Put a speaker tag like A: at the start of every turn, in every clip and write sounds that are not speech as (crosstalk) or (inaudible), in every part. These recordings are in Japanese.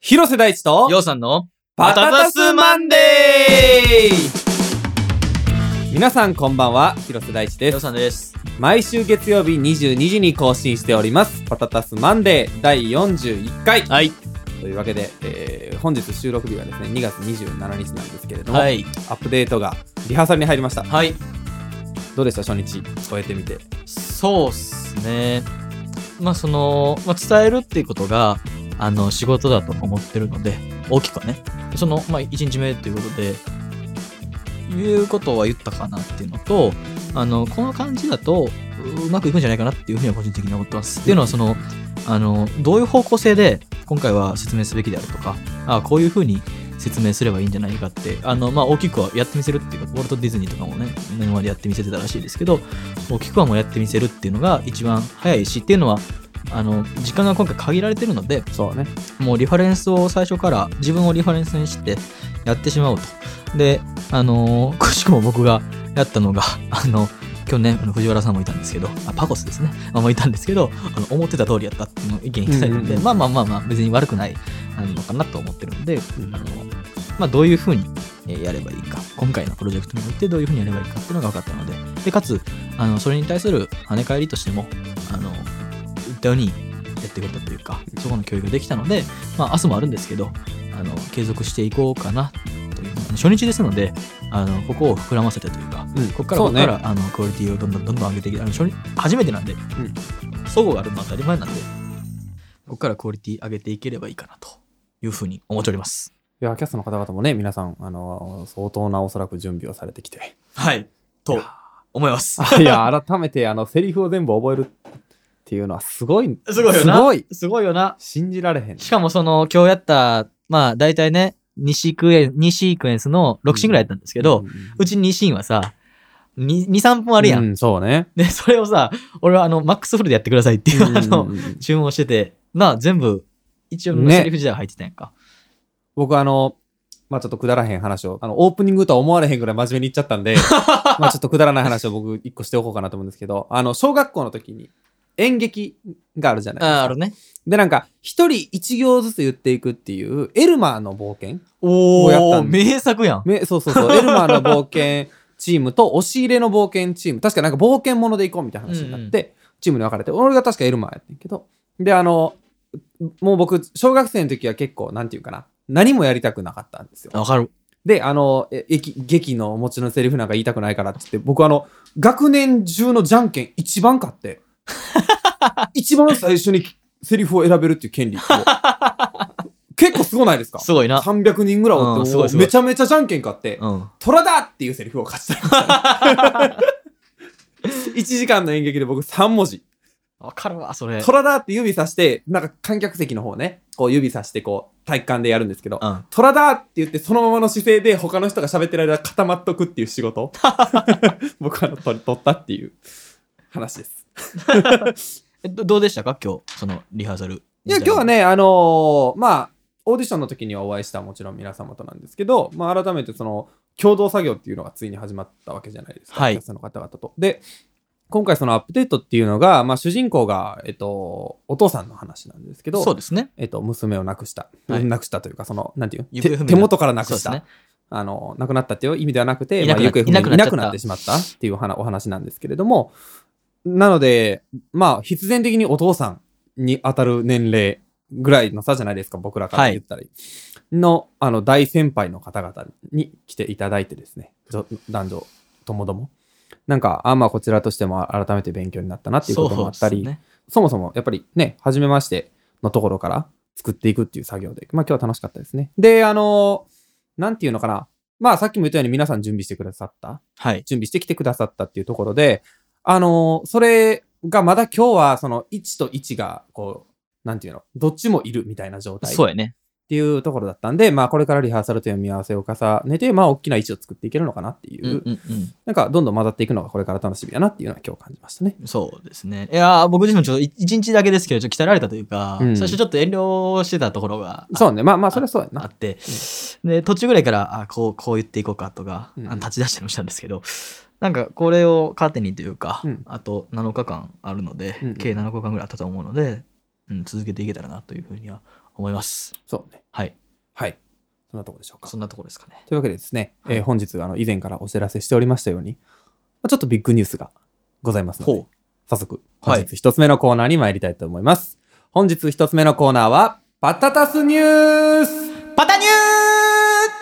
A: 広瀬大地と
B: ようさんの
A: バタタスマンデー皆さんこんばんは、広瀬大地で
B: よう
A: す。
B: さんです。
A: 毎週月曜日22時に更新しております。バタタスマンデー第41回。
B: はい。
A: というわけで、えー、本日収録日はですね、2月27日なんですけれども、
B: はい。
A: アップデートがリハーサルに入りました。
B: はい。
A: どうでした初日終えてみて。
B: そうっすね。まあその、まあ、伝えるっていうことが、あの、仕事だと思ってるので、大きくはね。その、まあ1日目ということで、言うことは言ったかなっていうのと、あの、この感じだと、ううまくいくんじゃないかなっていうふうには個人的に思ってます。っていうのはその、あの、どういう方向性で今回は説明すべきであるとか、あこういうふうに説明すればいいんじゃないかって、あの、まあ大きくはやってみせるっていうか、ウォルト・ディズニーとかもね、目の前でやってみせてたらしいですけど、大きくはもうやってみせるっていうのが一番早いしっていうのはあの時間が今回限られてるので
A: そうね。
B: もうリファレンスを最初から自分をリファレンスにしてやってしまおうとであのーくしくも僕がやったのが (laughs) あの去年あの藤原さんもいたんですけどあパコスですね、あ、もういたんですけどあの思ってた通りやったっていうのを意見いただいたの
A: うんうん
B: で、
A: うん
B: まあまあまあまあ別に悪くないあのかなと思ってるので、あのまあ、どういうふうにえーやればいいか今回のプロジェクトにおいてどういうふうにやればいいかっていうのが分かったのででかつあのそれに対する跳ね返りとしてもあの言ったようにやってくれたというかそこの教育ができたので、まあ、明日もあるんですけどあの継続していこうかなという初日ですのであのここを膨らませてというか
A: うん、
B: ここから
A: そ
B: こ
A: う
B: こ
A: ね
B: から、あのクオリティをどんどんどんどん上げていきあの初日初めてなんで、そごがあるのは当たり前なんでここからクオリティ上げていければいいかなというふうに思っております。
A: いや、キャストの方々もね、皆さん、あの、相当なおそらく準備をされてきて。
B: はい。と思います。
A: あ (laughs) いや、改めて、あの、セリフを全部覚えるっていうのはすごい。
B: (laughs) すごいよな。
A: すごい。
B: すごいよな。
A: 信じられへん。
B: しかもその今日やった、まあ大体ね、2シークエン2シークエンスの6シーンぐらいやったんですけど、う
A: うん、
B: ち2シーンはさ、2、3分あるやん,、
A: うそう
B: (laughs)
A: ね。
B: で、それをさ、俺はあの、マックスフルでやってくださいっていう、あ
A: う
B: の、
A: んうんうん
B: 注文してて、まあ全部、一応の
A: ね
B: セリフ時代入ってたやんか。
A: 僕、あの、まあちょっとくだらへん話を、あの、オープニングとは思われへんぐらい真面目に言っちゃったん
B: (laughs)
A: で、まあちょっとくだらない話を僕、一個しておこうかなと思うんですけど、あの、小学校の時に演劇があるじゃないです
B: あ
A: か。
B: あるね。
A: で、なんか、一人一行ずつ言っていくっていう、エルマーの冒険
B: お
A: ーやった
B: ー、
A: ん
B: 名作やん。
A: めそうそう
B: (laughs)
A: そう、エルマーの冒険チームと押し入れの冒険チーム、確かなんか冒険者で行こうみたいな話になって、チームに分かれて、俺が確かエルマーやってんけど、で、あの、もう僕、小学生の時は結構、なんていうかな、何もやりたくなかったんですよ。
B: わかる。
A: で、あの、え劇劇のお持ちのセリフなんか言いたくないからって言って、僕あの、学年中のじゃんけん一番勝
B: (laughs)
A: って、一番最初にセリフを選べるっていう
B: (laughs)
A: 権利を。結構すごないですか
B: すごいな。
A: 300人ぐらいお
B: うん
A: って、
B: すごいすごい
A: めちゃめちゃじゃんけん勝って、
B: うん。
A: 虎だっていうセリフを勝ち取りました。1時間の演劇で僕3文字。
B: わかるわ、それ。
A: 虎だって指さして、なんか観客席の方ね、こう指さしてこう体育館でやるんですけど、
B: うん。
A: 虎だって言ってそのままの姿勢で他の人が喋ってる間固まっとくっていう仕事。僕はあの取取ったっていう話です。
B: えどどうでしたか今日、そのリハーサル。
A: いや、今日は。ね、あのーまあ、オーディションの時にはお会いしたもちろん皆様となんですけど、まあ、改めてその共同作業っていうのがついに始まったわけじゃないですか、
B: はい
A: キャストの方々と。で、今回そのアップデートっていうのが、まあ、主人公が、えっと、お父さんの話なんですけど、
B: そうですね。
A: えっと、娘を亡くした、
B: はい
A: 亡くしたというか、その、なんていう
B: 行方
A: 手
B: 不明
A: 手元から亡
B: そ
A: く
B: うで
A: し
B: す
A: た、
B: ね。
A: あの、亡くなったっていう意味ではなくて、
B: いなく
A: ま
B: な
A: あ、行方不明
B: いなくな
A: い
B: っ
A: な
B: ちゃった
A: くなってしまったっていうお話お話なんですけれども、なので、まあ、必然的にお父さんに当たる年齢ぐらいの差じゃないですか、僕らから言ったり。の、あの、大先輩の方々に来ていただいてですね、ぞ男女ともども。なんか、あまあ、こちらとしても改めて勉強になったなっていうこともあったり、
B: そうですね
A: そもそもやっぱりね、初めましてのところから作っていくっていう作業で、まあ今日は楽しかったですね。で、あのなんていうのかな。まあさっきも言ったように皆さん準備してくださった、
B: はい。
A: 準備してきてくださったっていうところで、あのそれがまだ今日はその1と1がこう、なんていうの、どっちもいるみたいな状態っ
B: そうやね。
A: ていうところだったんで、まあこれからリハーサルという見合わせを重ねて、まあ大きな1を作っていけるのかなっていう、
B: うんうんうん。
A: なんかどんどん混ざっていくのがこれから楽しみだなっていうのは今日感じましたね。
B: そうですね。いやー僕自身もちょっとい一日だけですけど、ちょっと鍛えられたというか、
A: うん
B: 最初ちょっと遠慮してたところがあ
A: そうね。まあまあ、それはそうや
B: あ
A: な。
B: って、で、途中ぐらいから、あ、こう、こう言っていこうかとか、
A: うん
B: あの立ち出したりもしたんですけど、なんかこれを糧にというか、
A: うん
B: あと7日間あるので、
A: うんうん
B: 計7日間ぐらいあったと思うので、うん、続けていけたらなというふうには思います。
A: そうね。
B: はい。
A: はい。そんなところでしょうか。
B: そんなところですかね。
A: というわけでですね、
B: はい
A: えー本日あの以前からお知らせしておりましたように、まあちょっとビッグニュースがございますので、早速、
B: はい
A: 本日一つ目のコーナーに参りたいと思います。本日一つ目のコーナーは、パタタスニュース
B: パタニュー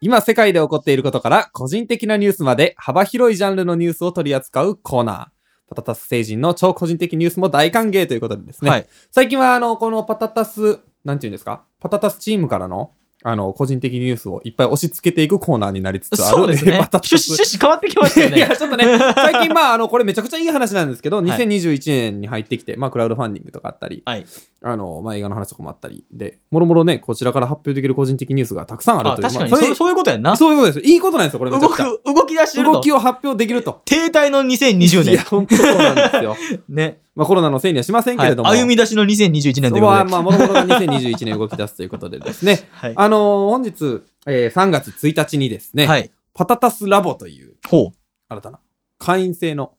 A: 今世界で起こっていることから個人的なニュースまで幅広いジャンルのニュースを取り扱うコーナー。パタタス星人の超個人的ニュースも大歓迎ということでですね。
B: はい。
A: 最近はあの、このパタタス、なんていうんですかパタタスチームからのあの、個人的ニュースをいっぱい押し付けていくコーナーになりつつある。
B: そうですね。
A: (laughs) パタタ
B: 趣
A: ス
B: 旨趣旨変わってきました
A: (laughs)
B: よ
A: い
B: ね
A: や、。ちょっと
B: (laughs)
A: ね、最近、まあ、あの、これめちゃくちゃいい話なんですけど、
B: い
A: 2021年に入ってきて、まあ、クラウドファンディングとかあったり、
B: はい。
A: あの、まあ、映画の話とかもあったり、で、もろもろね、こちらから発表できる個人的ニュースがたくさんある
B: あ
A: という。
B: 確かに
A: まあ
B: そ、
A: そ
B: そういうことやんな
A: れ。そういうことです。いいことなんですよ、これめちゃ
B: 動
A: くちゃ。
B: く、動き出してる
A: 動
B: と
A: き。を発表できると。
B: 停滞の2020
A: いや、
B: 年。
A: 本当そうなん (laughs) ですよ。
B: ね。
A: まあ、コロナのせいにはしませんけ
B: はい
A: れども。
B: 歩み出しの2021年という
A: まあ、
B: ことで。
A: まあ、もろもろが2021年動き出すということでですね。
B: (laughs) はい。
A: あのー本日、えー3月1日にですね、
B: はい。
A: パタタスラボという
B: ほう。
A: 新たな会員制の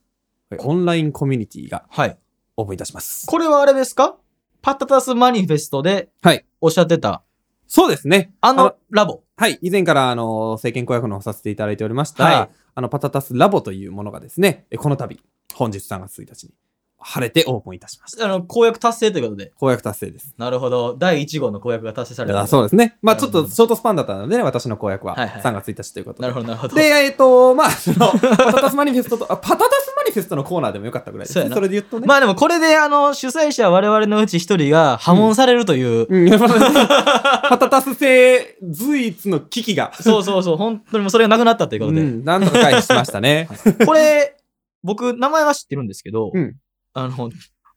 A: えーオンラインコミュニティが
B: はい。
A: オープンいたします。
B: これはあれですかパタタスマニフェストで、
A: はい。
B: おっしゃってた、
A: そうですね。
B: あ
A: あの
B: のラボ。
A: はい。以前から、あの、政権公約の方させていただいておりました、
B: はい
A: あの、パタタスラボというものがですね、えこの度、本日3月1日に、晴れてオープンいたしました。
B: あの、公約達成ということで。
A: 公約達成です。
B: なるほど。第1号の公約が達成された。
A: あそうですね。まあ
B: な
A: ち
B: る
A: ょっ
B: ほど
A: とショートスパンだったのでね、私の公約は
B: はいはい
A: 3月1日ということで。
B: なるほど、なるほど。
A: で、えっ、と、まあ、その、パタタスマニフェストと、あパタタスマニフェストのコーナーでもよかったぐらいです
B: そう
A: ね。
B: やな
A: それで言うとね。
B: まあでもこれで、あの、主催者我々のうち一人が破門されるという、
A: うん、 (laughs) パタタス製随一の危機が、
B: そうそうそう、本当にもうそれがなくなったというこ
A: う
B: とで。
A: ん、なんとか回避しました
B: (laughs)
A: ね。
B: これ、僕、名前は知ってるんですけど、
A: うん
B: あの、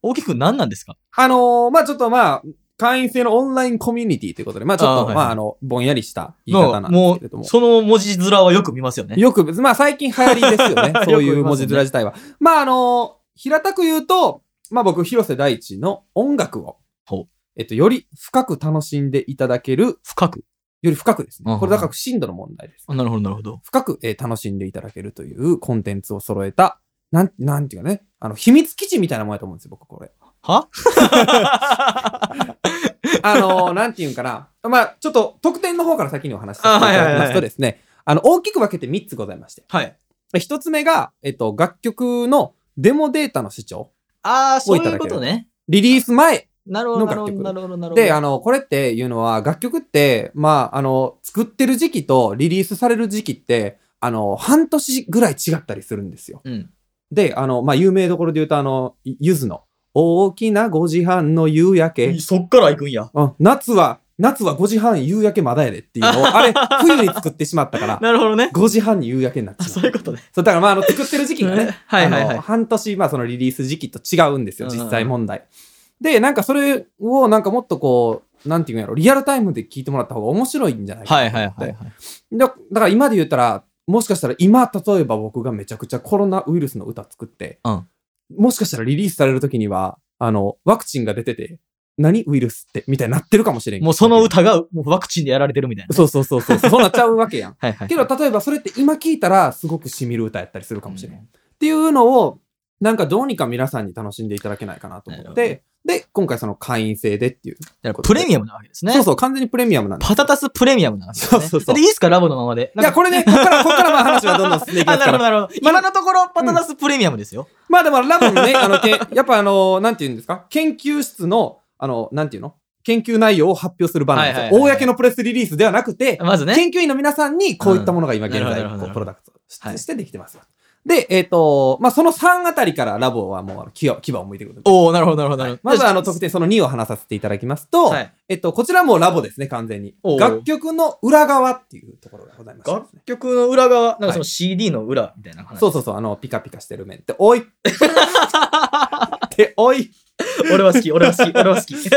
B: 大きく何なんですか
A: あのーまあちょっとまあ会員制のオンラインコミュニティということで、まあちょっと、
B: あーはい
A: まああの、ぼんやりした言い方なんですけれども。
B: その文字面はよく見ますよね。。
A: よく、まあ最近流行りですよね
B: (laughs)
A: そうい
B: よく言いうま
A: 文
B: す
A: 字
B: よね
A: 面自体は。まああのー平たく言うと、まあ僕、広瀬大地の音楽を
B: ほう、
A: えっと、より深く楽しんでいただける、
B: 深く。
A: より深くです
B: うんうんう
A: ね。
B: ん
A: これだから深度の問題です。
B: あなるほど、なるほど。
A: 深く、えー楽しんでいただけるというコンテンツを揃えた、なん、なんていうかね、あの、秘密基地みたいなもんやと思うんですよ、僕、これ。 (laughs)
B: は
A: あ
B: (laughs)
A: のーなんていうんかな。まあ、ちょっと、特典の方から先にお話しさ
B: あ
A: せて
B: はいい
A: た
B: はい
A: だ
B: は
A: き
B: い
A: ますとですね、あの、大きく分けて3つございまして。
B: はい。
A: 1つ目が、えっと、楽曲のデモデータの視聴。
B: ああ、そういうことね。
A: リリース前。
B: なるほど、なるほど、
A: の楽曲
B: なるほど、なるほど。
A: で、あの、これっていうのは、楽曲って、まあ、あの、作ってる時期とリリースされる時期って、あの、半年ぐらい違ったりするんですよ。
B: うん。
A: で、あの、まあ、有名どころで言うと、あの、いゆずの、大きな5時半の夕焼け。
B: そっから行くんや。
A: うん、夏は、夏は5時半夕焼けまだやでっていうのを、
B: (laughs)
A: あれ、冬に作ってしまったから、
B: なるほどね。
A: 5時半に夕焼けになっ
B: あ
A: ちゃ
B: そうういうことね。
A: そう、だからまあ、あの、作ってる時期がね、
B: (laughs) はいはいは
A: あ
B: い
A: の。半年、まあ、そのリリース時期と違うんですよ、
B: うんうん
A: 実際問題。で、なんかそれを、なんかもっとこう、なんていうんやろ、リアルタイムで聞いてもらった方が面白いんじゃないか
B: は
A: ないと
B: は
A: 思
B: い
A: っ
B: はいはい
A: て。。だだから今で言ったら、もしかしたら今、例えば僕がめちゃくちゃコロナウイルスの歌作って、
B: うん
A: もしかしたらリリースされる時には、あの、ワクチンが出てて、何ウイルスって、みたいになってるかもしれん。
B: もうその。歌がもうワクチンでやられてるみたいな。
A: そうそうそうそう、
B: (laughs)
A: そうなっちゃうわけやん。
B: はいはい。
A: けど、例えばそれって今聞いたら、すごくしみる歌やったりするかもしれん。
B: う
A: っていうのを、なんかどうにか皆さんに楽しんでいただけないかなと思っ
B: なる
A: て、で、今回その会員制でっていう。
B: だからプレミアムなわけですね。
A: そうそう、完全にプレミアムなんです
B: パタタスプレミアムなんですよ、ね。
A: そうそうそう
B: で、いいっすかラボのままで。
A: いや、これね、こっから、こっからまあ話はどんどん進んでいきま
B: あ、
A: す
B: な
A: か
B: るほ (laughs)
A: ら
B: ど、。なるほど。今のところ、パタタスプレミアムですよ。
A: まあでもラボのね、 (laughs) あの、けやっぱあの、なんて言うんですか、研究室の、あの、なんて言うの研究内容を発表する場なんですよ。
B: はいはいはいはい
A: 公のプレスリリースではなくて、
B: まずね。
A: 研究員の皆さんにこういったものが今現
B: うんな
A: 在、
B: るほどなるほど
A: こうプロダクト
B: は
A: と
B: い
A: してできてますよ。で、えっ、と、まあその3あたりからラボはもうあの牙を牙を向いてくる。
B: おおなるほど、なるほど、なるほど。
A: まずあの特典その2を話させていただきますと、
B: はい。
A: えっと、こちらもラボですね、完全に。
B: おう
A: 楽曲の裏側っていうところがございます、ね。
B: 曲の裏側、なん
A: かその
B: CD の裏みたいな
A: そうそうそう、あの、ピカピカしてる面って、お
B: (laughs)
A: いって、おい
B: 俺は好き、俺は好き、俺は好 (laughs) き。
A: ベ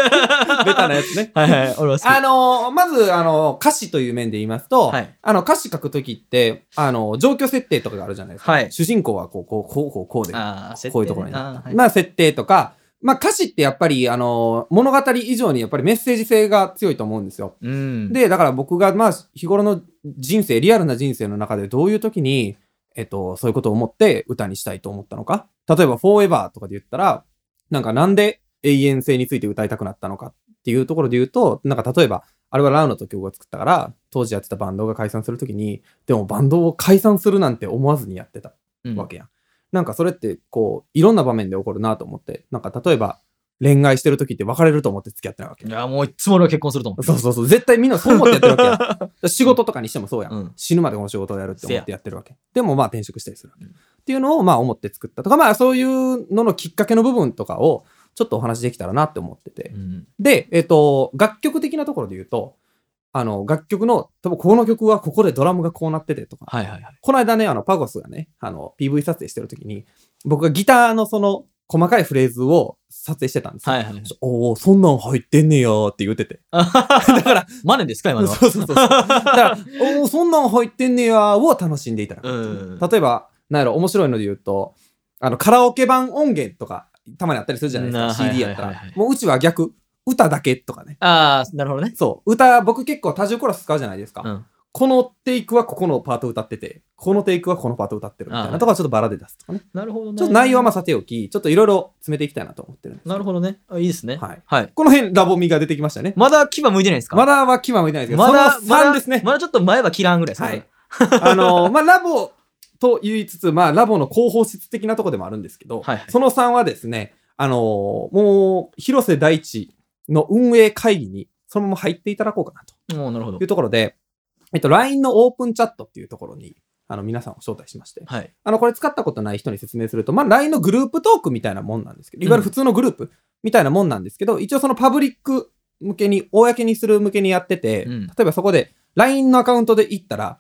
A: タなやつね。
B: はいはい、俺は好
A: (laughs)
B: き。
A: あのーまず、あのー歌詞という面で言いますと、
B: はい
A: あの、歌詞書くときって、あのー状況設定とかがあるじゃないですか。
B: はい
A: 主人公はこう、こう、こう、こう、こうで、
B: あー
A: こういうところに。
B: 設定ねあーはい
A: まあ、設定とか、まあ、歌詞ってやっぱり、あのー物語以上にやっぱりメッセージ性が強いと思うんですよ。
B: うん。
A: で、だから僕が、まあ、日頃の人生、リアルな人生の中でどういう時に、えっと、そういうことを思って歌にしたいと思ったのか。例えば、フォーエバーとかで言ったら、なんかなんで永遠性について歌いたくなったのかっっていうところで言うと、なんか例えば、あれはラウナと曲を作ったから、当時やってたバンドが解散するときに、でもバンドを解散するなんて思わずにやってた
B: うん
A: わけやん。なんかそれって、こう、いろんな場面で起こるなと思って、なんか例えば、恋愛してるときって別れると思って付き合ってないわけ
B: い。や、もういつも俺は結婚すると思う。
A: そうそうそう。絶対みんなそう思ってやってるわけや。だ
B: (laughs)
A: から仕事とかにしてもそうやん。
B: うん
A: 死ぬまでこの仕事をやるって思ってやってるわけ。でもまあ転職したりするわけ。
B: うん
A: っていうのをまあ思って作ったとか、まあそういうののきっかけの部分とかをちょっとお話できたらなって思ってて。
B: うん。
A: で、えっ、と、楽曲的なところで言うと、あの、楽曲の、多分この曲はここでドラムがこうなっててとか、
B: はいはいはい。
A: この間ね、あの、パゴスがね、あの、PV 撮影してる時に、僕がギターのその、細かいフレーズを撮影してたんですよ。
B: はいはいはい。
A: おお、そんなん入ってんねやーって言ってて。
B: だから、マネですか、今のは。
A: そうそうそうそう。だから、おお、そんなん入ってんねやーを楽しんでいただく。
B: うん。
A: 例えば、なんやろ、面白いので言うと、あの、カラオケ版音源とか、たまにあったりするじゃないですか、
B: な
A: CD やった
B: は
A: ら
B: いはいはいは。い
A: もううちは逆、歌だけとかね。
B: ああ、なるほどね。
A: そう、歌、僕結構多重コラス使うじゃないですか。
B: うん。
A: このテイクはここのパート歌ってて、このテイクはこのパート歌ってるみたい
B: あは
A: ないとかはちょっとバラで出すとかね。
B: なるほどね。
A: ちょっと内容はまあさておき、ちょっといろいろ詰めていきたいなと思ってるんですけど
B: なるほどね。あいいですね。
A: はい。
B: はい。
A: この辺、ラボミが出てきましたね。
B: まだ牙向いてないですか
A: まだは牙向いてないですけど、
B: まだ、
A: その
B: ま
A: 3
B: だ
A: ですね。
B: まだちょっと前は切らんぐらいですね。
A: はい。あのまあ、ラボと言いつつ、まあ、ラボの広報室的なとこでもあるんですけど、
B: はいはい
A: その3はですね、あのもう、広瀬大地の運営会議に、そのまま入っていただこうかなと
B: もうなるほど
A: いう。ところで、えっと、LINE のオープンチャットっていうところに、あの、皆さんを招待しまして、
B: はい。
A: あの、これ使ったことない人に説明すると、まあ、LINE のグループトークみたいなもんなんですけど、いわゆる普通のグループみたいなもんなんですけど、一応そのパブリック向けに、公にする向けにやってて、
B: うん
A: 例えばそこで LINE のアカウントで行ったら、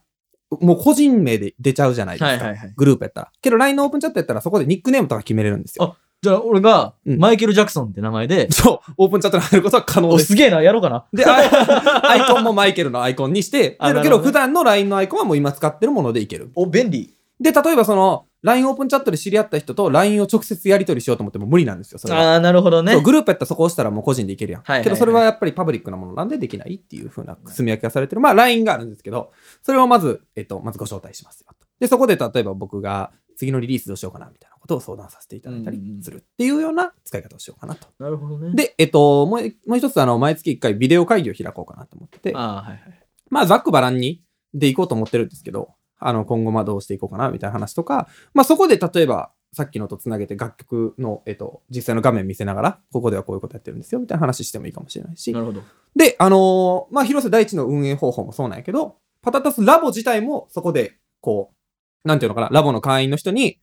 A: もう個人名で出ちゃうじゃないですか。
B: はいはいはい。
A: グループやったら。けど LINE のオープンチャットやったらそこでニックネームとか決めれるんですよ。
B: じゃあ、俺が、
A: うん
B: マイケル・ジャクソンって名前で、
A: そう、オープンチャットに入ることは可能
B: お、
A: です。
B: すげえな、やろうかな。
A: で、アイアイコンもマイケルのアイコンに (laughs) して、
B: あ
A: で
B: な
A: け
B: るほ
A: ど
B: どね
A: 普段の LINE のアイコンはもう今使ってるものでいける。
B: お、便利。
A: で、例えばその、LINE オープンチャットで知り合った人と LINE を直接やり取りしようと思っても無理なんですよ、それは。
B: ああ、なるほどね
A: そう。グループやったらそこ押したらもう個人でいけるやん。
B: はいはいはい
A: けどそれはやっぱりパブリックなものなんでできないっていう風な積み分けがされてる。まあ LINE があるんですけど、それをまず、えっと、まずご招待しますよと。で、そこで例えば僕が次のリリースどうしようかなみたいなことを相談させていただいたり
B: うんうん
A: するっていうような使い方をしようかなと。
B: なるほどね。、
A: で、えっと、もう一もう一つあの、毎月一回ビデオ会議を開こうかなと思ってて、
B: ああ、はいはい。
A: まあ、ざっくばらんにでいこうと思ってるんですけど、あの、今後まあどうしていこうかなみたいな話とか、まあそこで例えば、さっきのとつなげて楽曲の、えっと、実際の画面見せながら、ここではこういうことやってるんですよみたいな話してもいいかもしれないし
B: な、るほど。
A: で、あのーまあ広瀬大地の運営方法もそうなんやけど、パタタスラボ自体もそこで、こう、なんていうのかな、ラボの会員の人に、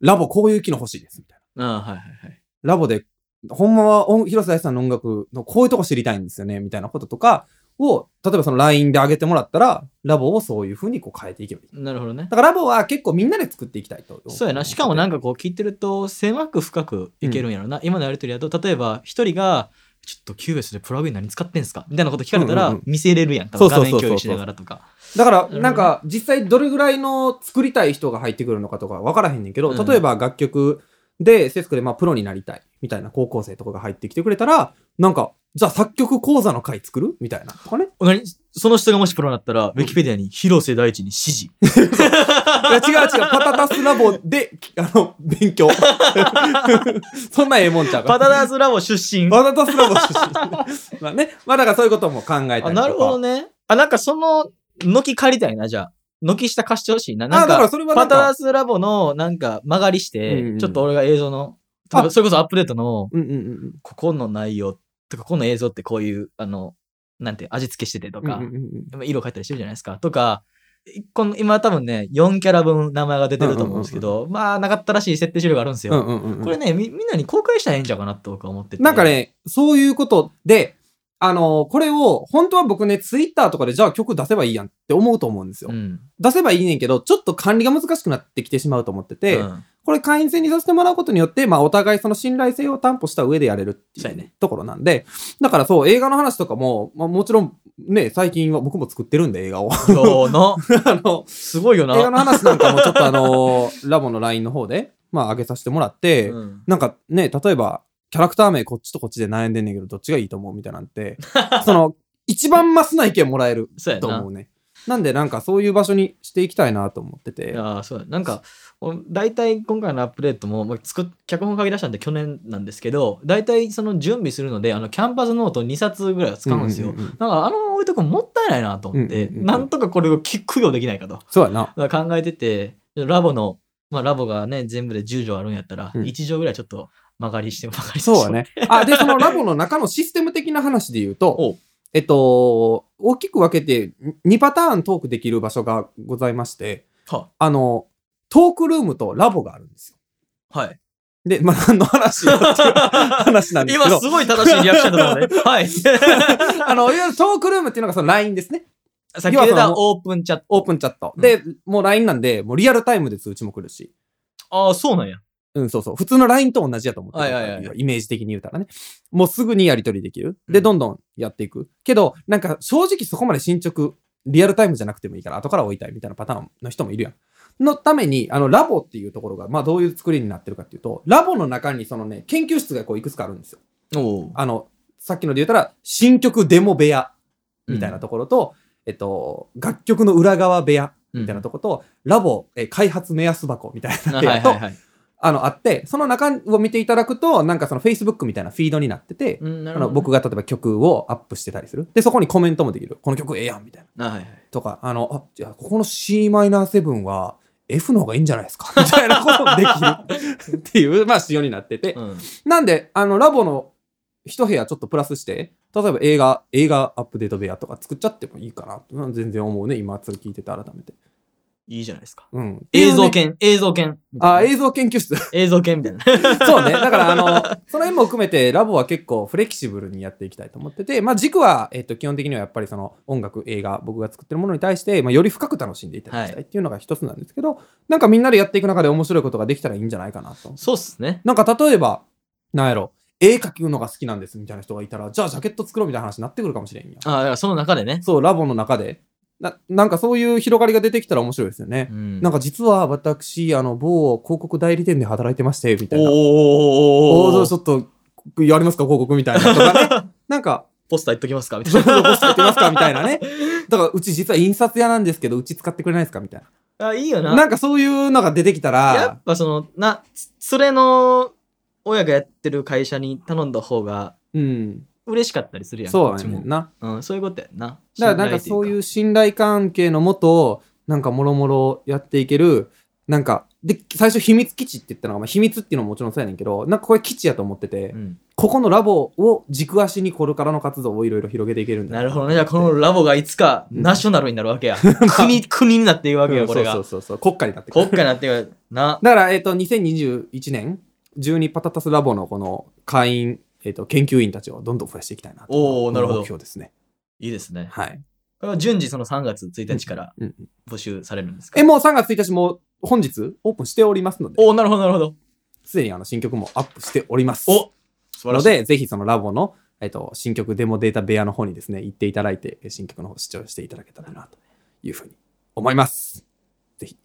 A: ラボこういう機能欲しいですみたいな。
B: ああ、はいはいはい。
A: ラボで、ほんまは音広瀬大地さんの音楽のこういうとこ知りたいんですよね、みたいなこととかを、例えばその LINE で上げてもらったら、ラボをそういう風にこう変えていけばいい。
B: なるほどね
A: だ。からラボは結構みんなで作っていきたいと。
B: そうやな。しかもなん
A: か、
B: かこう聞いてると、狭く深くいけるんやろな。今のやりとりだと、例えば一人が、ちょっとキューベースでプラグイン何使ってんすかみたいなこと聞かれた
A: うん
B: ら
A: うんうん
B: 見せれるやん。多
A: そ
B: 分
A: うそう
B: 画
A: そう
B: 面
A: そう
B: 共有しながらとか。
A: だからなんか実際どれぐらいの作りたい人が入ってくるのかとかわからへんねんけど、
B: うん
A: 例えば楽曲で、セスクでまあプロになりたいみたいな高校生とかが入ってきてくれたら、なんか、じゃあ作曲講座の会作るみたいな。とかね。
B: おなにその人がもしプロになったら、ウィキペディアに広瀬大地に指示。
A: (laughs) いや違う違う、パタタスラボで、あの、勉強。 (laughs) そんなええもんちゃうから
B: パタダーズラボ出身。
A: バナナスラボ出身。まあね。まあだからそういうことも考えたりとか。
B: あ、なるほどね。あ、なんかその、軒借りたいな、じゃあ。軒下貸してほしいな。なん
A: あ、だから
B: か、
A: それはな
B: パ
A: ん
B: ター
A: か。
B: スラボの、なんか、曲がりして、
A: うんうん
B: ちょっと俺が映像の、多分それこそアップデートの、
A: うんうんうん。
B: ここの内容とか、ここの映像ってこういう、あの、なんて、味付けしててとか、
A: うんうんうん
B: 色変えたりしてるじゃないですか。とか、この今多分ね、4キャラ分名前が出てると思うんですけど、まあ、なかったらしい設定資料があるんですよ。
A: うんうんうん
B: これねみ、みんなに公開したらええんちゃうかなと僕は思ってて。
A: なんか、ね、そういうことで、あのこれを、本当は僕ね、ツイッターとかでじゃあ曲出せばいいやんって思うと思うんですよ。
B: うん。
A: 出せばいいねんけど、ちょっと管理が難しくなってきてしまうと思ってて、
B: うん
A: これ会員制にさせてもらうことによって、まあお互いその信頼性を担保した上でやれるって
B: そう
A: い
B: や
A: う
B: ね
A: ところなんで、だからそう、映画の話とかも、まあもちろんね、最近は僕も作ってるんで映画を。 (laughs) あ
B: そうな。
A: の、
B: すごいよな。
A: 映画の話なんかもちょっとあのーラボの LINE の方で、まあ上げさせてもらって、
B: うん
A: なんかね、例えば、キャラクター名こっちとこっちで悩んで
B: (laughs)
A: んねんけど、どっちがいいと思うみたいなんて、その、一番マスな意見もらえる
B: そうや
A: と思
B: な
A: う。ね。なんでなんかそういう場所にしていきたいなと思ってて。
B: ああ、そうだ。なんか、お大体今回のアップデートも、まあ作っ脚本書き出したんで去年なんですけど、大体その準備するので、あの、キャンパスノート2冊ぐらいは使うんですよ。
A: ううううん
B: なんか、あのまま置いとくのもったいないなと思って、
A: うんうんうんうん
B: なんとかこれをき供養できないかと。
A: そうやな。
B: だから考えてて、ラボの、まあラボがね、全部で10畳あるんやったら、
A: うん
B: 1畳ぐらいちょっと曲がりして、曲がりして
A: そうや。
B: (laughs)
A: ね。あ、で、そのラボの中のシステム的な話で言う
B: お
A: と、えっと、大きく分けて2パターントークできる場所がございまして、
B: は、
A: あの、トークルームとラボがあるんですよ。 (laughs)
B: はい。
A: で、まあ、何の話よって
B: (laughs)
A: いう話なんですけ
B: 今
A: ど
B: す、ごい正しいリアクションだと
A: (laughs)
B: 思うね。はい。 (laughs)
A: あの、いわゆるトークルームっていうのがその LINE ですね。
B: さっき言ったオープンチャット。
A: オープンチャット。で、もう LINE なんで、もうリアルタイムで通知も来るし。
B: ああ、そうなんや。
A: うん、そうそう。普通の LINE と同じやと思ってる
B: はいはいは
A: イメージ的に言うたらね。もうすぐにやり取りできる。で、
B: うん
A: どんどんやっていく。けど、なんか正直そこまで進捗、リアルタイムじゃなくてもいいから、後から置いたいみたいなパターンの人もいるやん。のために、あの、ラボっていうところが、まあどういう作りになってるかっていうと、ラボの中にそのね、研究室がこういくつかあるんですよ。
B: お
A: あの、さっきので言ったら、新曲デモ部屋みたいなところと、えっと、楽曲の裏側部屋みたいなところと、ラボ、え開発目安箱みたいな部
B: は
A: 屋
B: い
A: と
B: はい、はい。
A: あの、あって、その中を見ていただくと、なんかその Facebook みたいなフィードになってて、
B: うん、な
A: あの僕が例えば曲をアップしてたりする。で、そこにコメントもできる。この曲ええやんみたいな。
B: あはいはい。
A: とか、あの、あ、じゃあここの Cm7 は F の方がいいんじゃないです
B: (laughs)
A: かみたいなこともできる。っていう、まあ仕様になってて。
B: うん。
A: なんで、あの、ラボの一部屋ちょっとプラスして、例えば映画、映画アップデート部屋とか作っちゃってもいいかなと、うん全然思うね。今、それ聞いてて改めて。
B: いいじゃないですか。
A: うん。
B: 映像
A: っていうね。
B: 研、映像研。
A: あ、映像研究室。
B: 映像研みたいな。
A: そうね。だから、あの、その辺も含めて、ラボは結構フレキシブルにやっていきたいと思ってて、まあ、軸は、えっと、基本的にはやっぱりその音楽、映画、僕が作ってるものに対して、まあ、より深く楽しんでいただきたいっていうのが一つなんですけど、なんかみんなでやっていく中で面白いことができたらいいんじゃないかなと。
B: そうっすね。
A: なんか例えば、なんやろ、絵描くのが好きなんですみたいな人がいたら、じゃあジャケット作ろうみたいな話になってくるかもしれんや。
B: ああ、だからその中でね。
A: そう、ラボの中で。ななんかそういう広がりが出てきたら面白いですよね。
B: うん
A: なんか実は私、あの、某広告代理店で働いてまして、みた
B: お
A: い
B: ー
A: な。
B: おーおーおー
A: お
B: お
A: お
B: ー
A: ちょっと、やりますか、広告みたいなとかね。
B: (laughs)
A: なんか、
B: ポスターいっときますかみた
A: ちょっ
B: い
A: とボス
B: な。
A: やってますかみたいなね。だから、うち実は印刷屋なんですけど、うち使ってくれないですかみたい
B: (laughs) あ、いいよ
A: な。
B: な。
A: なんかそういうのが出てきた
B: や
A: ら
B: っ、ぱその、な、つ連れの親がやってる会社に頼んだ方が
A: うん。
B: 嬉しかったりするやん。
A: そう
B: こっ
A: や
B: ち
A: ね
B: も
A: んな。
B: うん、そういうことやんな。
A: だからなんかそういう信頼関係のもと、なんかもろもろやっていける、なんか、で、最初秘密基地って言ったのが、まあ、秘密っていうのももちろんそうやねんけど、なんかこれ基地やと思ってて、
B: うん
A: ここのラボを軸足にこれからの活動をいろいろ広げていけるんだ
B: なるほどね。じゃあこのラボがいつか
A: うん
B: ナショナルになるわ
A: (laughs)
B: けや。国、国になっていくわけ
A: う
B: よ、
A: ん
B: こ
A: そ
B: れが
A: う。そうそうそう、国家になってく
B: 国家になっていく。な。
A: だから、えっ、と、2021年、12パタタスラボのこの会員、えっ、と、研究員たちをどんどん増やしていきたいなと。
B: おーなるほど
A: 目標ですね。
B: いいですね。
A: はい。
B: これは順次その3月1日から
A: うん
B: 募集されるんですか
A: え、もう3月1日も本日オープンしておりますので、
B: おおなるほど、なるほど。
A: すでにあの新曲もアップしております。
B: お素晴
A: なの
B: らしい。
A: で、ぜひそのラボの、えっ、と、新曲デモデータ部屋の方にですね、行っていただいて、え新曲の方視聴していただけたらな、というふうに思います。ぜひ。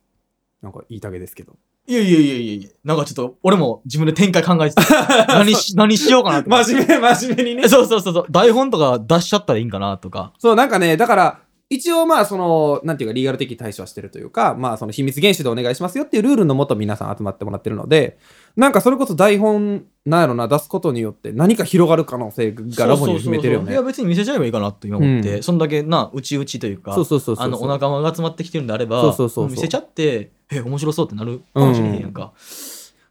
A: なんか言いたげですけど。
B: いやいやいやいやいやなんかちょっと、俺も自分で展開考え
A: (laughs)
B: てた。何し、何しようかなって。
A: 真面目、真面目にね
B: えそうそうそうそう。台本とか出しちゃったらいいんかなとか。
A: そう、なんかね、だから、一応まあ、その、なんていうか、リーガル的対処はしてるというか、まあ、その秘密厳守でお願いしますよっていうルールのもと皆さん集まってもらってるので、なんかそれこそ台本、なんやろな、出すことによって何か広がる可能性がラボに秘めてるよ
B: そうそうそうそうい
A: ね
B: や、。別に見せちゃえばいいかなって今思って、
A: うん
B: そんだけな、うちうちというか、
A: そうそうそうそう。
B: あの、お仲間が集まってきてるんであれば、
A: そうそうそうそう
B: 見せちゃって、え、面白そうってなるかもしれへんやんか。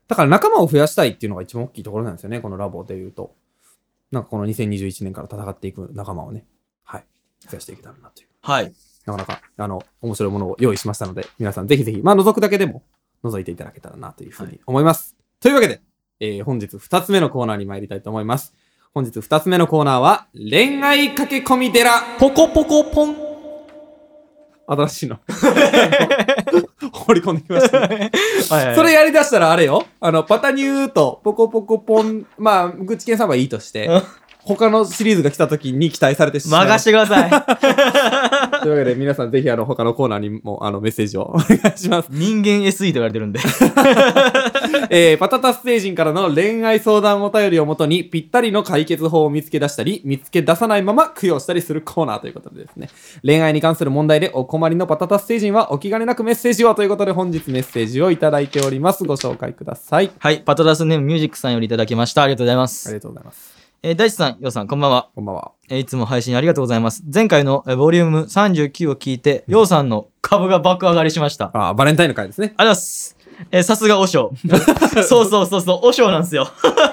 A: だから仲間を増やしたいっていうのが一番大きいところなんですよね、このラボでいうと。なんかこの2021年から戦っていく仲間をね、はい、増やしていけたらなという。
B: はい。
A: なかなか、あの、面白いものを用意しましたので、皆さんぜひぜひ、まあ、覗くだけでも、覗いていただけたらなというふう
B: は
A: に思います。というわけで、えー本日二つ目のコーナーに参りたいと思います。本日二つ目のコーナーは、恋愛駆け込み寺
B: ポコポコポン。
A: 新しいの。 (laughs) 放り込んできましたね、
B: はいはい
A: それやりだしたらあれよ、あの、パタニューと、ポコポコポン、まあ、グッチケンさんはいいとして
B: うん、
A: 他のシリーズが来た時に期待されてしまう。
B: 任してください。
A: (laughs) というわけで、皆さんぜひ、あの、他のコーナーにも、あの、メッセージをお願いし (laughs) ます。
B: 人間 SE と言われてるんで。
A: えー、パタタス星人からの恋愛相談お便りをもとに、ぴったりの解決法を見つけ出したり、見つけ出さないまま供養したりするコーナーということでですね。恋愛に関する問題でお困りのパタタス星人は、お気兼ねなくメッセージをということで、本日メッセージをいただいております。ご紹介ください。
B: はい、パトラスネームミュージックさんよりいただきました。ありがとうございま
A: あり
B: す。
A: がとうございます。
B: えー大地さん、ようさん、こんばんは。
A: こんばんは。
B: えーいつも配信ありがとうございます。前回のえーボリューム39を聞いて、ようさんの株が爆上がりしました。
A: あー、バレンタインの回ですね。
B: ありがとうございます。えーさすが和
A: (laughs)
B: 尚。そうそうそうそう、和尚なんですよ。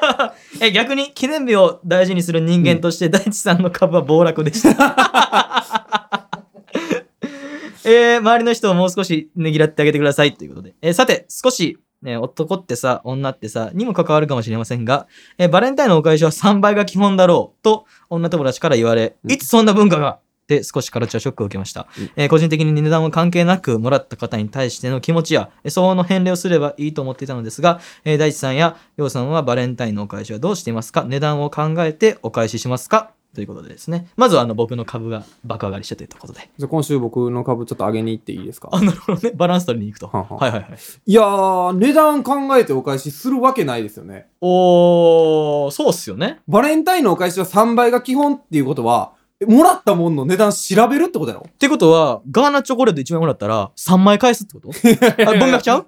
B: (laughs) えー逆に記念日を大事にする人間として、大地さんの株は暴落でした。 (laughs) えー周りの人をもう少しねぎらってあげてくださいということで。えーさて、少し、ね、男ってさ、女ってさ、にも関わるかもしれませんが、えーバレンタインのお返しは3倍が基本だろうと、女友達から言われ、
A: うん
B: いつそんな文化がって少しカルチャーショックを受けました。えー個人的に値段は関係なくもらった方に対しての気持ちやえー相応の返礼をすればいいと思っていたのですが、えー大地さんや陽さんはバレンタインのお返しはどうしていますか値段を考えてお返ししますかということでですねまずはあの僕の株が爆上がりしたということで
A: じゃあ今週僕の株ちょっと上げに行っていいですか
B: あなるほどねバランス取りに行くと
A: はんはん
B: はいはいはい
A: いやー、値段考えてお返しするわけないですよね。
B: おーそうっすよね
A: バレンタインのお返しは3倍が基本っていうことは、えもらったもんの値段調べるってことやろ
B: ってことはガーナチョコレート1枚もらったら3枚返すってこと
A: (laughs)
B: あ文学ちゃう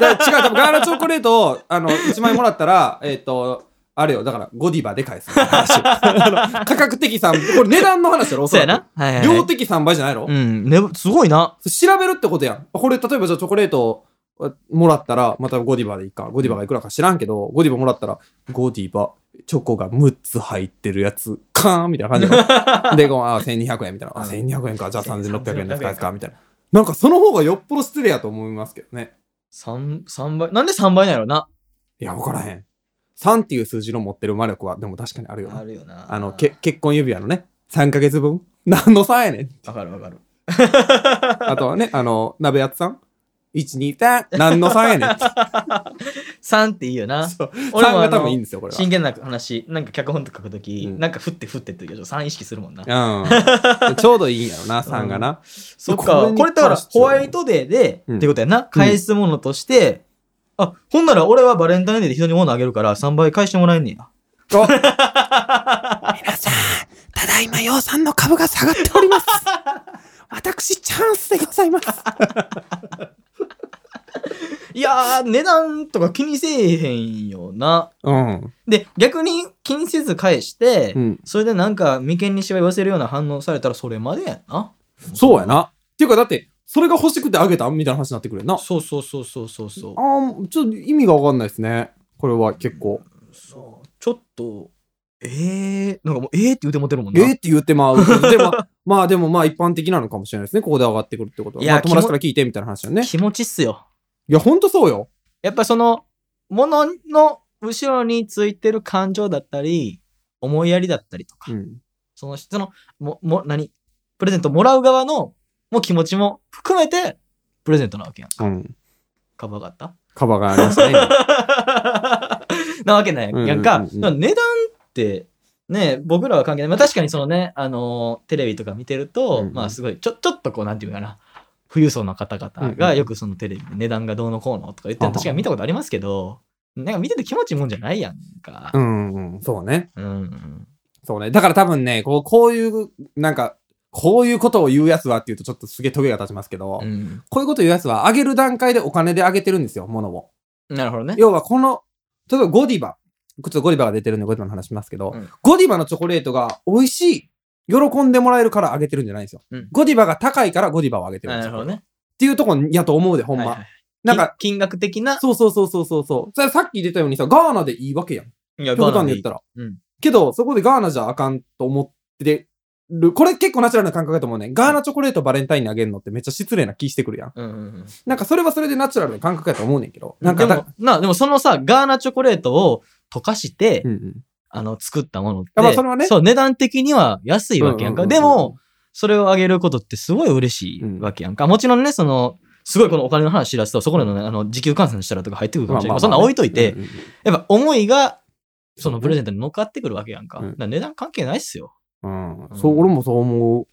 A: だから違う、多分ガーナチョコレートを、あの、1枚もらったら、えっ、と、あれよ、だから、ゴディバで返す。話 (laughs) あの価格的3、これ値段の話だろお
B: そ
A: そうら
B: や
A: く
B: なはいはい、
A: 量
B: はい、
A: 的3倍じゃないの、
B: うん、ね、すごいな
A: 調べるってことやん。これ、例えばじゃあチョコレートをもらったら、またゴディバでいいか。ゴディバがいくらか知らんけど、ゴディバもらったら、ゴディバ、チョコが6つ入ってるやつ、カーンみたいな感じ (laughs) ので、こうあ、1200円みたいな。あ、1200円か。じゃあ3600円の使いですかみたいな。なんかその方がよっぽど失礼やと思いますけどね。
B: 3, 3倍なんで3倍なんやろない
A: や、わからへん。3っていう数字の持ってる魔力は、でも確かにあるよな。
B: あ
A: あ
B: るよな
A: の、け結婚指輪のね、3ヶ月分。何の差やねん。
B: わかるわかる。
A: あとはね、あの、鍋やつさん。1、2、3。何の差やねん。
B: 3っていいよな。
A: そう (laughs)
B: 俺
A: 3
B: もあ
A: が
B: の
A: 多分いいんですよ、これ
B: 真剣な話、なんか脚本とか書くとき、
A: うん
B: なんか振って振ってって言うけど、3意識するもんな。
A: は。 (laughs) うん。ちょうどいいんやろな、3がな。
B: そっか、こ
A: これ
B: れだ
A: だ
B: か
A: からら
B: ホワイトデーで、
A: うん
B: ってことやな。返すものとして、あ、ほんなら俺はバレンタインデーで人に物あげるから3倍返してもらえんねんや。
A: お皆さん、ただいま、洋さんの株が下がっており (laughs) ます。私、チャンスでございます。
B: いやー、値段とか気にせえへんよな。
A: うん。
B: で、逆に気にせず返して、
A: うん。
B: それでなんか眉間にしわ寄せるような反応されたらそれまでやんな。
A: そうやな。っていうか、だって、それが欲しくてあげたみたいな話になってくるよな。あ
B: そうそうそうそうそうそう。
A: ー、ちょっと意味がわかんないですね。これは結構。
B: そうちょっと、えー、なんかもう、えーって言うてもてるもん
A: え
B: な。
A: ーって言ってまうけど。でも、 (laughs) まあでもまあ一般的なのかもしれないですね。ここで上がってくるってことは。
B: いや
A: まあ友達から聞いてみたいな話だよね。
B: 気持ちっすよ。
A: いや、ほんとそうよ。
B: やっぱその、ものの後ろについてる感情だったり、思いやりだったりとか、
A: うん。
B: その人の、も、も、何プレゼントもらう側の、もう気持ちも含めて、プレゼントなわけやん。
A: うん。
B: かばがった
A: カバーがありましたね。
B: なわけないやんか。
A: うんうんうんうん
B: だから値段って、ね、僕らは関係ない。まあ確かにそのね、あのーテレビとか見てると、
A: うんうん
B: まあすごい、ちょ、ちょっとこう、なんていうかな、富裕層の方々
A: うん
B: が
A: うん
B: よくそのテレビで値段がどうのこうのとか言ってる
A: はは
B: の確かに見たことありますけど、なんか見てて気持ちいいもんじゃないやんか
A: (laughs) う。ん、うん、そうね。
B: うん。うん、
A: そうね。だから多分ね、こう、こういう、なんか、こういうことを言うやつはっていうとちょっとすげえトゲが立ちますけど、
B: うん。
A: こういうこと言うやつは、上げる段階でお金で上げてるんですよ、物を。
B: なるほどね。
A: 要はこの、例えばゴディバ。ちょっとゴディバが出てるんでゴディバの話しますけど、
B: うん
A: ゴディバのチョコレートが美味しい。喜んでもらえるから上げてるんじゃないんですよ。
B: うん
A: ゴディバが高いからゴディバを上げてるんで
B: な
A: す
B: る
A: よ。
B: ほどね。
A: っていうとこやと思うで、ほんま。
B: はいはい
A: なんか、
B: 金金額的な、
A: そうそうそうそうそうそう。それさっき言ってたようにさ、ガーナでいいわけやん。
B: いや
A: 極端に言ったら。
B: うん
A: けど、そこでガーナじゃあかんと思ってる。これ結構ナチュラルな感覚だと思うね。ガーナチョコレートバレンタインにあげるのってめっちゃ失礼な気してくるやん。
B: うんうんうん。
A: なんかそれはそれでナチュラルな感覚やと思うねんけど。
B: な
A: なんんか
B: かで
A: だ
B: も、な、でもそのさ、ガーナチョコレートを溶かして、
A: うんうん。
B: あの、作ったものって。
A: あまあそれはね
B: う、値段的には安いわけやんか。
A: うんうんう
B: で
A: ん
B: も、それをあげることってすごい嬉しいわけやんか。もちろんね、その、すごいこのお金の話知らすと、そこでの,、ね、あの時給換算したらとか入ってくるかもしれない。そんなん置いといて、
A: うんうんうん
B: やっぱ思いが、そのプレゼントに乗っかってくるわけやんか。
A: うん
B: だから値段関係ないっすよ。
A: うん
B: うん
A: そう、俺もそう思う。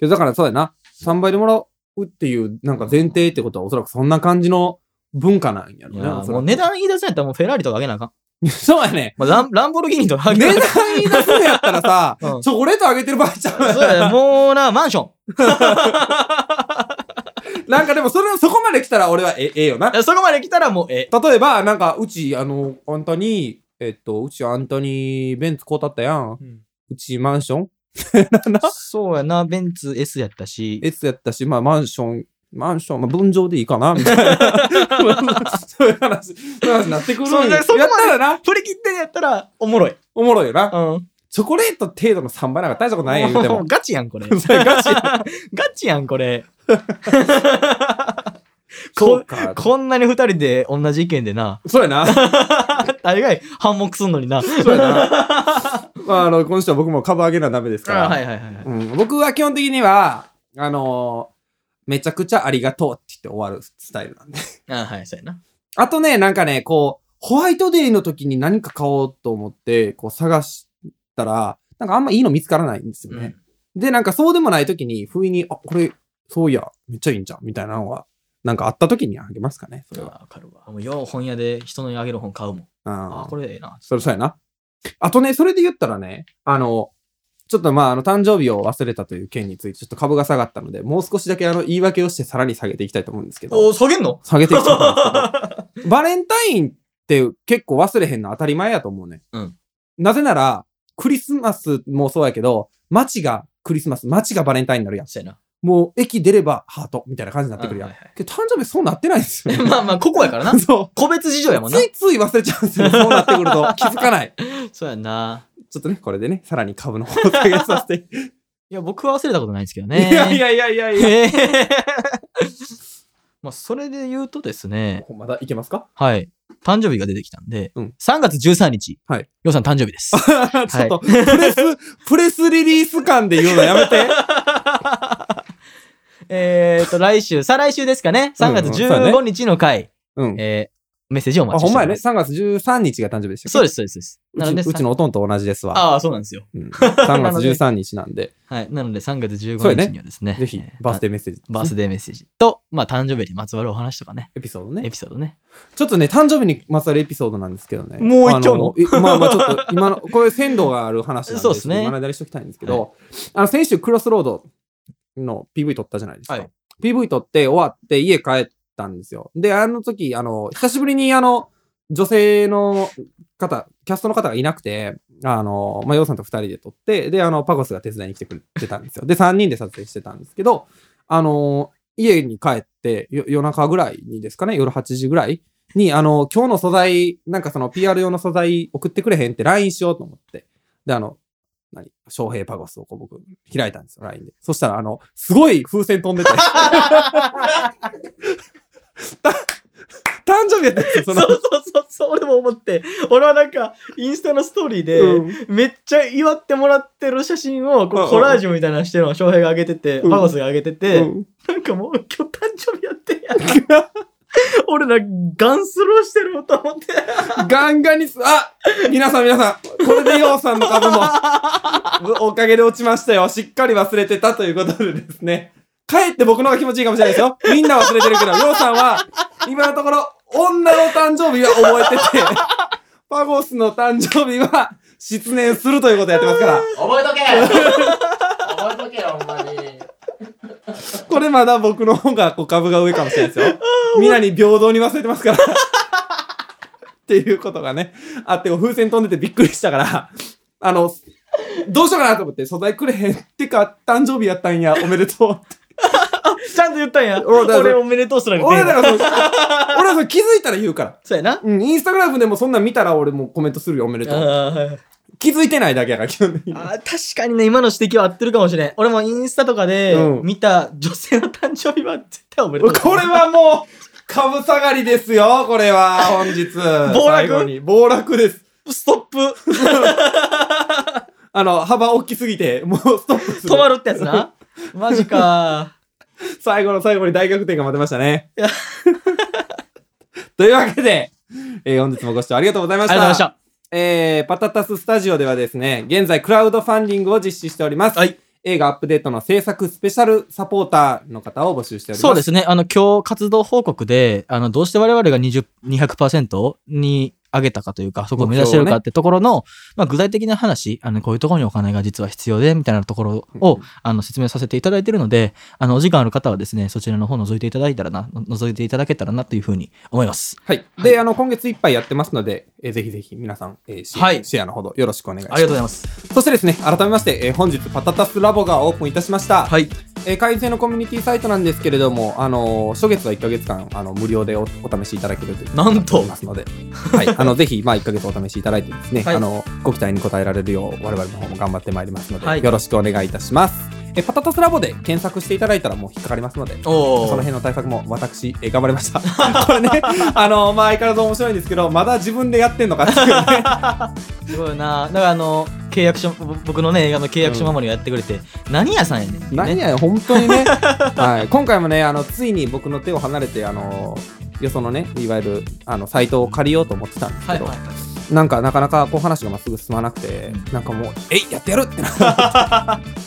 A: でだからそうやな。3倍でもらうっていう、なんか前提ってことは、おそらくそんな感じの文化なんやろ
B: い
A: ね。
B: や
A: おそら
B: もう
A: く
B: 値段言い出せんやったらもうフェラーリとかあげなあかん。
A: (laughs) そうやね。
B: まあ、ランランボルギーニとか (laughs) あ
A: 値
B: げなあ
A: 段
B: かん。、
A: 言い出すんやったらさ
B: (laughs) うん
A: チョコレートあげてる場合ちゃう
B: そうやねもうな、マンション。
A: なんかでもそれ、そこまで来たら俺はえええよな。
B: いやそこまで来たらもうええ。
A: 例えば、なんか、うち、あの、アントニー、えっと、うちアントニー、ベンツ買うたったやん。うちマンション
B: そうやな、ベンツ S やったし。
A: ?S やったし、まあマンション、マンション、まあ分譲でいいかなみたい
B: (laughs)
A: な。そういう話、そういう話になってくるん
B: そう
A: や
B: だそこま
A: やっ
B: で
A: たらな、
B: 振り切ってんやったら、おもろい。
A: おもろいよな。
B: うん。
A: チョコレート程度の3倍なんか大したことないやん、言うて
B: も
A: も
B: (laughs) う。ガチやん、これ。
A: (laughs) それガチ。
B: (laughs) ガチやん、これ。
A: そうか。
B: こんなに二人で同じ意見でな。 (laughs)
A: そうやな。
B: 大概反目すんのにな。
A: そうや
B: (laughs)
A: な。まあ、あの、今週は僕も株上げなダメですから。
B: あはいはいはいはい。
A: うん、僕は基本的には、あのーめちゃくちゃありがとうって言って終わるスタイルなんで。
B: あはい、そうやな。
A: あとね、なんかね、こう、ホワイトデーの時に何か買おうと思って、こう探したら、なんかあんまいいの見つからないんですよね。で、なんかそうでもない時に、不意に、あ、これ、そういや、めっちゃいいんじゃん、みたいなのは、なんかあった時にあげますかね、それは。
B: あわかるわ。もう、よう本屋で人のあげる本買うもん。あ
A: あ
B: これええな。
A: それそうやな。あとね、それで言ったらね、あの、ちょっとまあ、あの、誕生日を忘れたという件について、ちょっと株が下がったので、もう少しだけあの、言い訳をしてさらに下げていきたいと思うんですけど、
B: お、下げんの
A: 下げていきたいと思うんですけど、バレンタインって結構忘れへんの当たり前やと思うね。
B: うん
A: なぜなら、クリスマスもそうやけど、街がクリスマス、街がバレンタインになるやん。
B: (laughs) そうや
A: もう、駅出ればハートみたいな感じになってくるやん。
B: うんはいはい
A: けど誕生日そうなってないんですよ。
B: な。。 (laughs) まあまあ、ここやから
A: (laughs)
B: な
A: そ
B: 個別事情やも
A: う。
B: ん
A: つ
B: な。
A: いつい忘れちゃうんですよ。そうなってくる
B: (laughs)
A: と。気づかない。
B: そうやんな。
A: ちょっとね、これでね、さらに株の方を下げさ
B: (laughs)
A: せて。
B: いや、僕は忘れたことないですけど
A: い
B: ね。
A: やいやいやいやいや。
B: ええ (laughs) まあ、それで言うとですね、
A: まだいけますか
B: はい。誕生日が出てきたんで、
A: うん
B: 3月13日、
A: はい。
B: ようさん誕生
A: (laughs)
B: 日です。
A: ちょっと、プレス、プレスリリース感で言うのやめて。
B: えっと、来週、再来週ですかね。3月
A: うんうんそうだね
B: 15日の回、
A: うん。
B: えーメッセージをお
A: あ、
B: 待ち
A: ほん
B: して
A: ま
B: お
A: や
B: り
A: ね。
B: ます。
A: 3月13日が誕生日でしたっけ
B: そうです、そうです、そうです。なの
A: う
B: で、
A: ちうちのおとんと同じですわ。
B: ああ、 (laughs) そうなんですよ。
A: うん、3月13日なんで、
B: はい。なので、3月15
A: そうやね
B: 日にはですね、
A: ぜひバースデ
B: デー。
A: ーメッセージ、
B: バースデーメッセージと、まあ、誕生日にまつわるお話とかね、
A: エピソード
B: エ
A: ね。
B: ピソードね。
A: ちょっとね、誕生日にまつわるエピソードなんですけどね。
B: もう行っちゃうの
A: あい (laughs) まあまあちょっと、今の、これ鮮度がある話なんで、
B: そうっすね
A: ちょっと今の間にしときたいんですけど、あの、先週クロスロードの PV 撮ったじゃないですか。
B: はい
A: PV 撮って終わって家帰ったんですよ。で、あの時、あの、久しぶりにあの、女性の方、キャストの方がいなくて、あの、まあ、ヨウさんと二人で撮って、で、あの、パコスが手伝いに来てくれてたんですよ。で、三人で撮影してたんですけど、あの、家に帰って、よ夜中ぐらいにですかね、夜8時ぐらいに、あの、今日の素材、なんかその PR 用の素材送ってくれへんって LINE しようと思って。で、あの、何翔平パゴスをこう僕、開いたんですよ、LINE で。そしたら、あの、すごい風船飛んでて。た誕生日やったんですよ、そう
B: そ
A: の。
B: そうそうそう、俺も思って、俺はなんか、インスタのストーリーで、
A: うん
B: めっちゃ祝ってもらってる写真をこ
A: うんう
B: うんコラージュみたいなのしてるのを翔平が上げてて、
A: うん
B: パゴスが上げてて、
A: うん
B: なんかもう今日誕生日やってんや俺らガンスローしてると思って。
A: ガンガンにす、あ皆さん皆さん、これでようさんの株も、おかげで落ちましたよ。しっかり忘れてたということでですね。かえって僕の方が気持ちいいかもしれないですよ。みんな忘れてるけど、ようさんは、今のところ、女の誕生日は覚えてて、パゴスの誕生日は、失念するということやってますから、
C: 覚えとけ覚えとけよ、ほんまに。
A: これまだ僕の方がこう株が上かもしれないです
B: (laughs)
A: よ。みんなに平等に忘れてますから。 (laughs) っていうことがね、あって、風船飛んでてびっくりしたから、あの、どうしようかなと思って、素材くれへんってか、誕生日やったんや、おめでとう。
B: (laughs) ちゃんと言ったんや。
A: おだから
B: 俺おめでとうすら言ってん
A: 俺
B: や
A: だからそう、俺はそれ気づいたら言うから。
B: そうやな。
A: うん、インスタグラムでもそんなん見たら俺もうコメントするよ、おめでとう。
B: あー
A: 気づいてないだけやから、基本的に。
B: あー確かにね、今の指摘は合ってるかもしれん。俺もインスタとかで
A: うん
B: 見た女性の誕生日は絶対おめでとう。
A: これはもう、株下がりですよ、これは、本日。
B: 暴落
A: 最後に暴落です。
B: ストップ
A: (laughs) あの、幅大きすぎて、もうストップする
B: 止。まるってやつな。マ
A: (laughs)
B: ジか。
A: 最後の最後に大逆転が待ってました
B: (laughs)
A: ね
B: いや。
A: というわけで、えー本日もご視聴ありがとうございま
B: あり
A: した。
B: がとうございました。
A: えーパタタススタジオではですね、現在クラウドファンディングを実施しております。
B: はい
A: 映画アップデートの制作スペシャルサポーターの方を募集しております。
B: そうですね。あの、今日活動報告で、あの、どうして我々が20 200%に上げたかというか、そこを目指してるかってところの、まあ、具体的な話、あの、こういうところにお金が実は必要で、みたいなところを、あの、説明させていただいているので、あの、お時間ある方はですね、そちらの方を覗いていただいたらな、の覗いていただけたらなというふうに思います。
A: はい。で、あの、今月いっぱいやってますので、えーぜひぜひ皆さん、えーシェア
B: はい
A: シェアのほどよろしくお願いし
B: あ
A: ま
B: り
A: す
B: がとうございます。
A: そしてですね、改めまして、えー本日パタタスラボがオープンいたしました。
B: はい。
A: えー会員制のコミュニティサイトなんですけれども、あのー初月は1ヶ月間、あの、無料でおお試しいただけるということに
B: なんと
A: なっておりますので、はい。あの、ぜ (laughs) ひ、まあ、1ヶ月お試しいただいてですね、
B: はい
A: あの、ご期待に応えられるよう、我々の方も頑張ってまいりますので、
B: はい
A: よろしくお願いいたします。えーパタタスラボで検索していただいたらもう引っかかりますので、
B: おー
A: その辺の対策も私、えー頑張りました。 (laughs) これね、あのーまあ、相変わらず面白いんですけど、まだ自分でやってんのかっていうね。
B: すごいな。だからあの、契約書、ぼ僕のね、映画の契約書守りをやってくれて、何屋さんやねんっていうね。
A: 何や、本当に
B: (laughs)
A: ね、はい、今回もねあのついに僕の手を離れてあのよそのねいわゆるあのサイトを借りようと思ってたんです
B: は
A: け
B: い
A: ど、
B: はい。
A: なんかなかなかこう話がまっすぐ進まなくて、
B: うん
A: なんかもう「えいやってやる!」ってなって。
B: (laughs)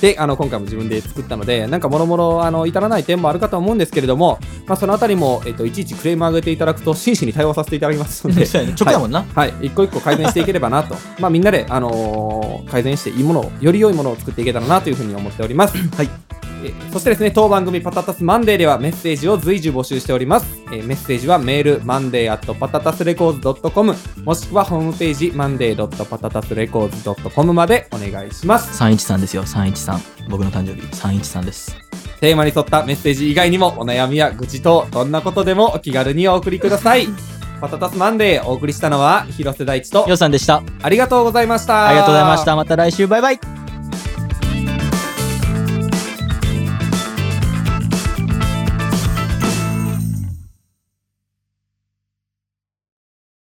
A: であの今回も自分で作ったのでなんかもろもろあの至らない点もあるかと思うんですけれども、まあ、そのあたりも、えっと、いちいちクレーム上げていただくと真摯に対応させていただきますので
B: そうやね直やもんな。
A: はい、一個一個改善していければなと、 (laughs) まあ、みんなで、あのー改善していいものを、より良いものを作っていけたらなというふうに思っております。
B: はい
A: えそしてですね、当番組パタタスマンデーではメッセージを随時募集しております。えーメッセージはメール、マンデー at パタタスレコーズ .com、もしくはホームページ、マンデーパタタスレコーズ .com までお願いします。
B: 313ですよ、313。僕の誕生日、313です。
A: テーマに沿ったメッセージ以外にも、お悩みや愚痴等、どんなことでもお気軽にお送りくださ (laughs) い。パタタスマンデーお送りしたのは、広瀬大地と
B: よ、うさんでした。
A: ありがとうございました。
B: ありがとうございました。また来週、バイバイ。